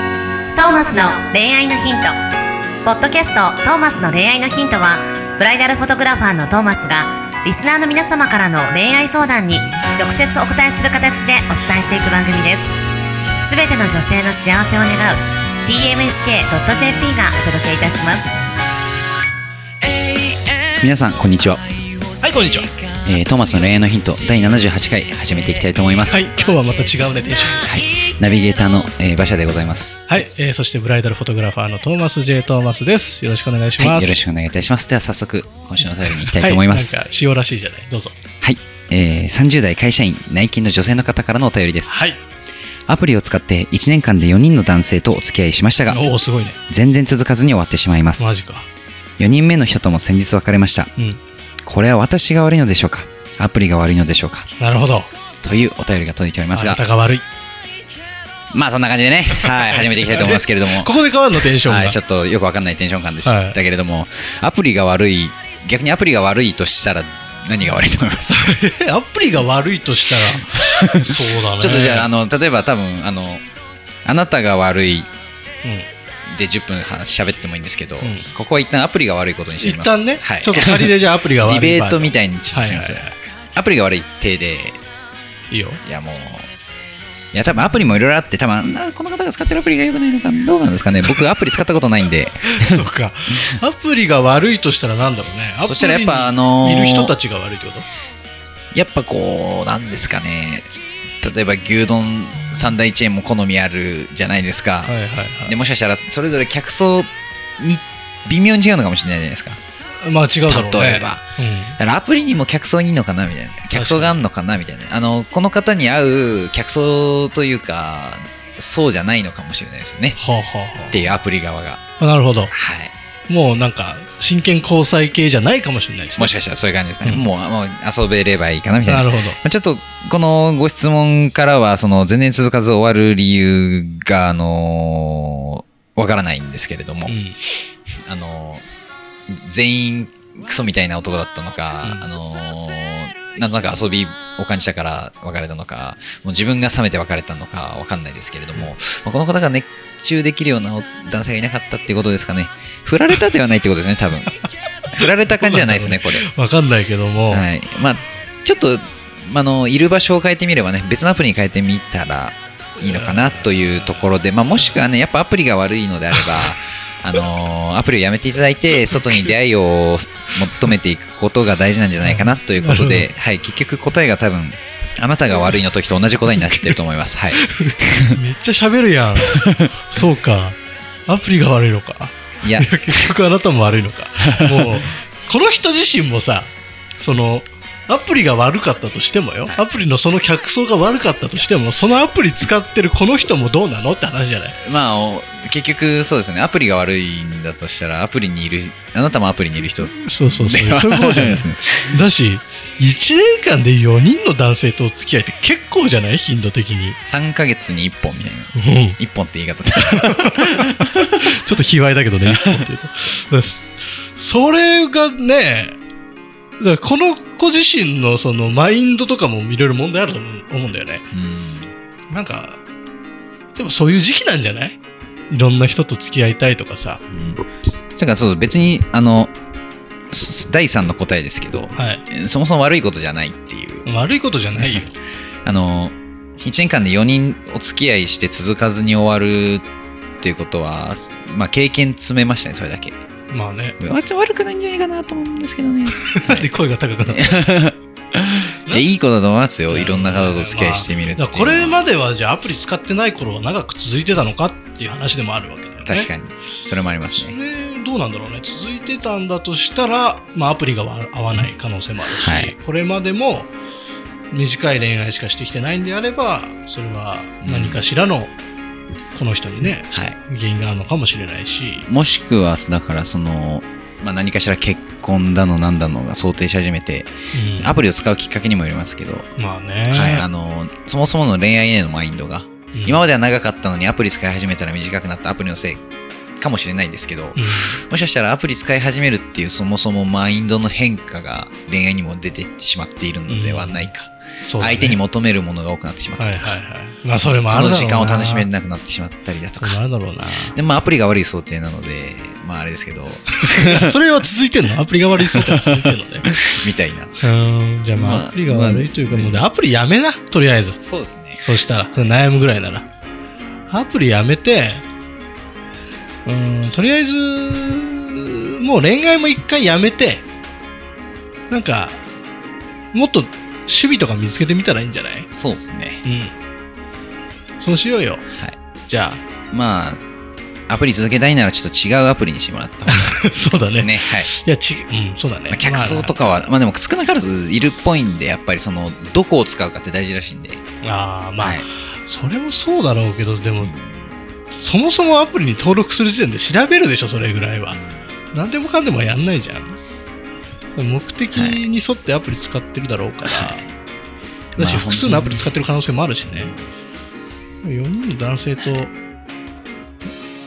ーマスの恋愛のヒント」ポッドキャスト「トーマスの恋愛のヒントは」ブライダルフォトグラファーのトーマスがリスナーの皆様からの恋愛相談に直接お答えする形でお伝えしていく番組ですすべての女性の幸せを願う tmsk.jp がお届けいたします皆さんこんにちは、はい、こんにちは。えートーマスの恋愛のヒント第78回始めていきたいと思います、はい、今日はまた違うね、テンション。はいナビゲーターの、えー馬車でございますはい、えー、そしてブライダルフォトグラファーのトーマス J. トーマスです。よろしくお願いしはまいす。よろしくくお願いいたしますでは早速今週のお便りに行きたいと思いますは、はいなんか塩らしいじゃない、どうぞ。い、えー30代会社員内勤の女性の方からのお便りですはい、アプリを使って1年間で4人の男性とお付き合いしましたがおお、すごいね。全然続かずに終わってしまいますマジか。 4人目の人とも先日別れましたうん、これは私が悪いのでしょうかアプリが悪いのでしょうかなるほど。というお便りが届いておりますあながたが悪い。まあそんな感じでね、 はい、始めていきたいと思いますけれどもここで変わるの、テンションが。はい、ちょっとよくわかんないテンション感でしたはいけれども、アプリが悪い逆にアプリが悪いとしたら何が悪いと思いますえ アプリが悪いと したら。そうだね。ちょっとじゃああの、の例えば多分あのあなたが悪いうん、で10分は喋ってもいいんですけど、んここは一旦アプリが悪いことにして一みます旦ね、はい、ちょっと仮でじゃあアプリデが悪いィ場ベー合。トみたいにちょっとします、はいはいはアプリが悪い手でいいよ。いやもういや多分アプリもいろいろあって多分あこの方が使ってるアプリが良くないのかどうなんですかね僕アプリ使ったことないんで そうか。アプリが悪いとしたらなんだろうね。アプリそしたらやっぱあのーにいる人たちが悪いってことやっぱこうなんですかね例えば牛丼三大チェーンも好みあるじゃないですか、はいはいはい。でもしかしたらそれぞれ客層に微妙に違うのかもしれないじゃないですかまあ違うだろうね。例えばうんだからアプリにも客層いいのかなみたいな客層があるのかなみたいなあのこの方に合う客層というかそうじゃないのかもしれないですねはあはっていうアプリ側があはあ、なるほどはいもうなんか真剣交際系じゃないかもしれないですねもしかしたらそういう感じですね、うんもうもう遊べればいいかなみたいななるほまあちょっとこのご質問からはその全然続かず終わる理由があのーわからないんですけれども、ど、うんあのー全員クソみたいな男だったのか、うんあのーなんとなく遊びを感じたから別れたのかもう自分が冷めて別れたのかわかんないですけれども、まあこの方が熱中できるような男性がいなかったっていうことですかね振られたではないってことですね 多分振られた感じはないですねこれわかんないけども、はい、まあちょっとあのいる場所を変えてみればね別のアプリに変えてみたらいいのかなというところで、まあ、もしくはねやっぱアプリが悪いのであれ ばあのアプリをやめていただいて外に出会いを求めていくことが大事なんじゃないかなということなるで、はい、結局答えが多分あなたが悪いの時と同じ答えになってると思います。はい、めっちゃ喋 るやんそうかアプリが悪いのかい やいや結局あなたも悪いのかもうこの人自身もさそのアプリが悪かったとしてもよ、はいアプリのその客層が悪かったとしてもそのアプリ使ってるこの人もどうなのって話じゃないまあお結局そうですねアプリが悪いんだとしたらアプリにいるあなたもアプリにいる人そうそうそうではそういうことじゃないですか だし1年間で4人の男性とお付き合いって結構じゃない頻度的に、 3ヶ月に1本みたいな1本って言い方ちょっと卑猥だけ どね1本っていうとだからそそれがねだからこの子自身のそのマインドとかもいろいろ問題あると思う思うんだよねうんなんかでもそういう時期なんじゃないいろんな人と付き合いたいとかさだからそう別にあのす第3の答えですけどはいえーそもそも悪いことじゃないっていう悪いことじゃない よあの1年間で4人お付き合いして続かずに終わるっていうことは、まあ、経験積めましたねそれだけまあねあいつ悪くないんじゃないかなと思うんですけど ね、なんで声が高くなったいや、いいことだと思いますよいろんな方とお付き合いしてみるっていうまのは、あこれまではじゃあアプリ使ってない頃は長く続いてたのかっていう話でもあるわけだよね確かににそれもありますねそれどうなんだろうね続いてたんだとしたら、まあ、アプリがわ合わない可能性もあるし、はいこれまでも短い恋愛しかしてきてないんであればそれは何かしらのこの人にねはい原因があるのかもしれないしもしくはだからその、まあ、何かしら結婚だのなんだのが想定し始めてうんアプリを使うきっかけにもよりますけど、まあね、はい、あのそもそもの恋愛へのマインドが、うん今までは長かったのにアプリ使い始めたら短くなったアプリのせいかもしれないんですけど、うんもしかしたらアプリ使い始めるっていうそもそもマインドの変化が恋愛にも出てしまっているのではないか、そうだね相手に求めるものが多くなってしまったはいりとか、はいはい。まあそれもあるだろうな。その時間を楽しめなくなってしまったりだとそれもあかるだろうな。 で、まあ、アプリが悪い想定なのでまああれですけどそれは続いてんのアプリが悪いそうってのは続いてんのね。みたいなうん。じゃあままああアプリが悪いというか、まあもうねアプリやめな、とりあえず。そうですねそうしたら、悩むぐらいなら。アプリやめて、うん、とりあえず、もう恋愛も一回やめて、なんか、もっと趣味とか見つけてみたらいいんじゃないそうですねうん。そうしようよ。はいじゃあ、 まあアプリ続けたいならちょっと違うアプリにしてもらった方がいそうだいですね。ねはいいや、ち、うん、そうだねまあ、。客層とかは、まあでも少なからずいるっぽいんで、やっぱりその、どこを使うかって大事らしいんで、まあ。ああ、まあ、はいそれもそうだろうけど、でも、そもそもアプリに登録する時点で調べるでしょ、それぐらいは。何でもかんでもやんないじゃん。目的に沿ってアプリ使ってるだろうから、いだし、まあ複数のアプリ使ってる可能性もあるしね。4人の男性と、ね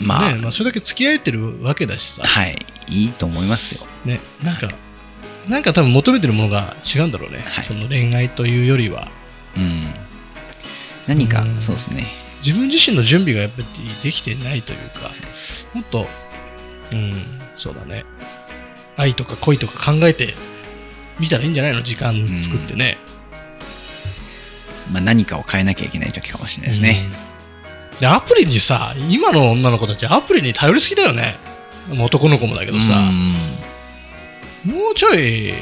まあ、まあ、それだけ付き合えてるわけだしさ、はい、いいと思いますよ。ね、なんか、なんか多分求めてるものが違うんだろうね、はいその恋愛というよりは。うん。何かう、んそうですね。自分自身の準備がやっぱりできてないというか、もっと、うん、そうだね、愛とか恋とか考えてみたらいいんじゃないの時間作ってね。まあ何かを変えなきゃいけない時かもしれないですね。うん。で、アプリにさ、今の女の子たち、アプリに頼りすぎだよね。もう男の子もだけどさ、うんもうちょい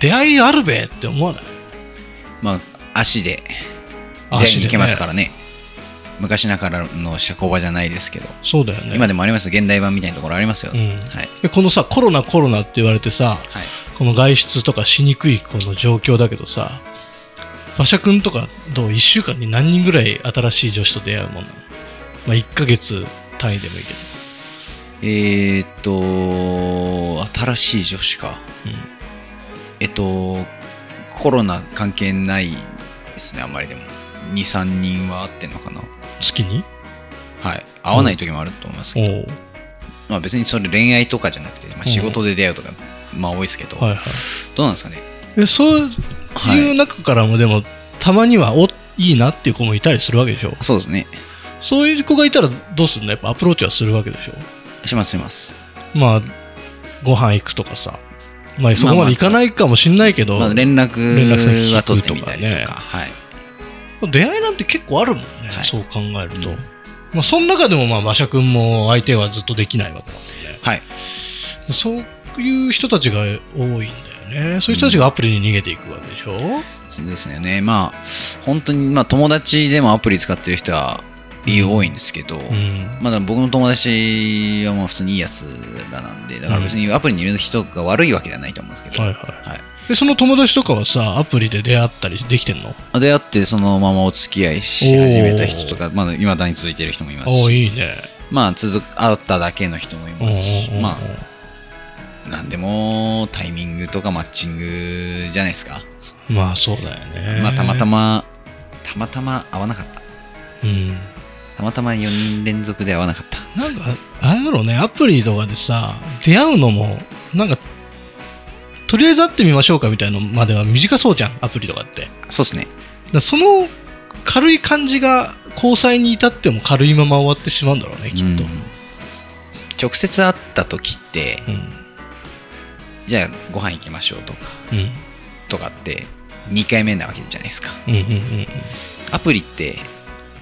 出会いあるべって思わないまあ、足で、出会足いで。に行けますかららね。昔ながらの社交場じゃないですけど、そうだよね。今でもありますよ現代版みたいなところありますよ。うんはい。でこのさ、コロナコロナって言われてさ、はい。この外出とかしにくいこの状況だけどさ馬車くんとかどう1週間に何人ぐらい新しい女子と出会うもんなのまあ1ヶ月単位でもいいけえーっと、新しい女子か。ど、えっと、コロナ関係ないですね、あんまりでも。2、3人は会ってんのかな。月にはい。会わない時もあると思いますけど、おまあ別にそれ恋愛とかじゃなくて、まあ、仕事で出会うとか、まあ多いですけど、おはいはいどうなんですかね。えそうはいいう中からもでも、たまにはおいいなっていう子もいたりするわけでしょそうですね。そういう子がいたらどうするのやっぱアプローチはするわけでしょしますします。まあご飯行くとかさまあそこまで行かないかもしんないけど、まあ、連絡連絡先は聞取くってとかねみたりとか、はい。出会いなんて結構あるもんね、はいそう考えると、うんまあ、その中でもまあ馬車君も相手はずっとできないわけだもんねはい。そういう人たちが多いんだよねそういう人たちがアプリに逃げていくわけでしょ、そうですよね。まあ、本当に、まあ友達でもアプリ使ってる人は多いんですけど、うんまだ僕の友達はもう普通にいいやつらなんで、だから別にアプリにいる人が悪いわけではないと思うんですけど、ははいいはいでその友達とかはさアプリで出会ったりできてんの出会ってそのままお付き合いし始めた人とか、まだ未だに続いてる人もいますおおし、いいねまあ続く、会っただけの人もいますし、おうおうおうまあ、なんでもタイミングとかマッチングじゃないですか。まあそうだよねまあたまたま、ま、たまたま会わなかった。うん、たまたま4人連続で会わなかった。なんかあれだろうねアプリとかでさ出会うのもなんかとりあえず会ってみましょうかみたいなのまでは短そうじゃんアプリとかってそうですね。だからその軽い感じが交際に至っても軽いまま終わってしまうんだろうねきっと、うん直接会った時って、うんじゃあご飯行きましょうとか、うんとかって2回目なわけじゃないですかうんうんうんアプリって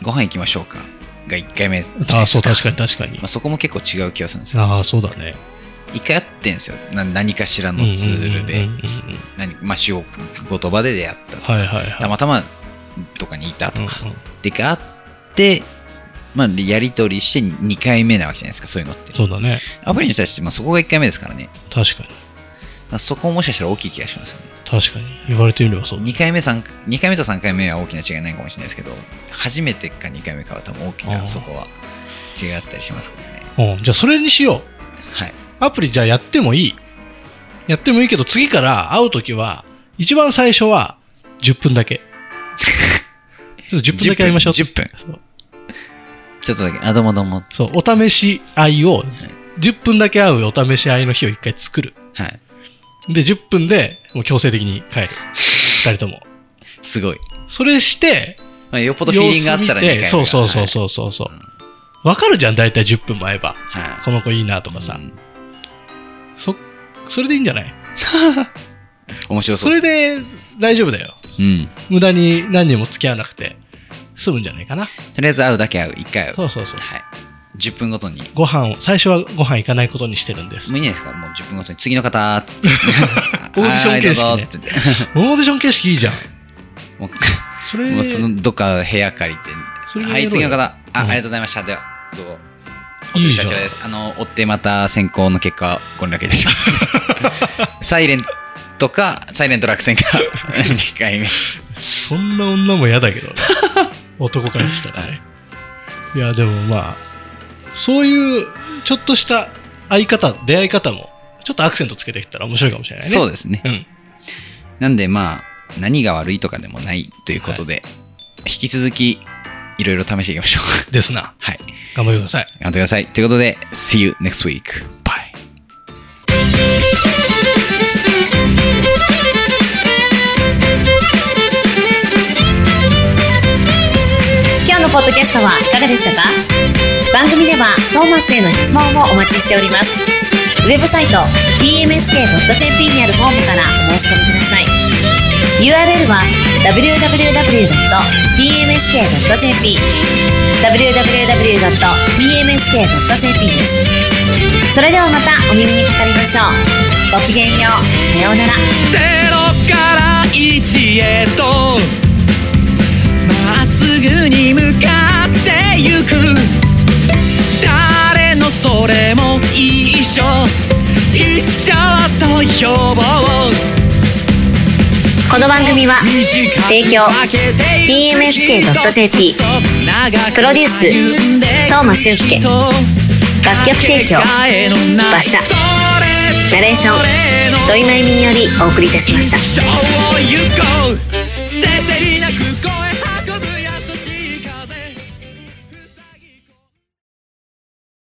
ご飯行きましょうかが1回目じゃないですああそう確かに確かにまあ、そこも結構違う気がするんですよああそうだね1回会ってんですよな何かしらのツールで、うんうんうんうん何まあ仕事言葉で出会ったとかはいはいはいたまたまとかにいたとか、うんうんで会ってまあ、やり取りして2回目なわけじゃないですかそういうのってそうだねアプリの人たちって、まあ、そこが1回目ですからね確かにまあそこもしかしたら大きい気がしますよね確かに言われてみればそうだ2回目三二回目と3回目は大きな違いないかもしれないですけど初めてか2回目かは多分大きあーなそこは違ったりしますからねうんじゃあそれにしようはいアプリじゃあやってもいいやってもいいけど次から会う時は一番最初は10分 だけちょっと10分だけ会いましょう10分そうちょっとだけあどうもどうもはそう、お試し会いを、い、 10分だけ会うお試し会いの日を一回作る。はい、で、10分で、もう強制的に帰る。二人とも。すごい。それして、まあ、よっぽどフィーリングがあったら2回様子目見てがそうそうそうそうそうそう。わかるじゃん、大体10分も会えば。はい。はいこの子いいなとかさう。んそ、それでいいんじゃない面白そそうれでで大丈夫だよ。す。うん。無駄に何人も付き合わなくて済むんじゃないかな。とりあえず会うだけ会う。1回会う。そうそうそう。はい。10分ごとに。もご飯を、最初はご飯行かないことにしてるんですう。いいんじゃないですかもう10分ごとに。次の方っつって。 オーディション形式ね はいどうぞっつって。オーディション形式いいじゃん。もうそれ、もう そのどっか部屋借りて、それでやはろうよい、次の方、あ、うありんがとうございました。では、どうぞ。いいじゃ社ん長です。あの、追ってまた選考の結果、ご連絡いたします。サイレントか、サイレント落選か、2回目。そんな女も嫌 だけどね男からしたらね。いや、でもまあ、そういうちょっとした会い方、出会い方も、ちょっとアクセントつけていったら面白いかもしれないね。そうですね。うん。なんで、まあ、何が悪いとかでもないということで、引き続き、いろいろ試していきましょう。 ですな。はい。頑張ってください。頑張ってください。ということで、See you next week. Bye. Podcast 今日のポッドキャストはいかがでしたか番組ではトーマスへの質問もお待ちしておりますウェブサイト tmsk.jp にあるフォームからお申し込みください URL は www.tmsk.jp www.tmsk.jp ですそれではまたお耳にかかりましょうごきげんようさようならゼロから一へとまっすぐに向かってゆく誰のそれも一緒一緒と呼ぼうこの番組は提供 TMSK.jp プロデュース東間俊介楽曲提供馬車ナレーション土井真由美によりお送りいたしました一生を行こう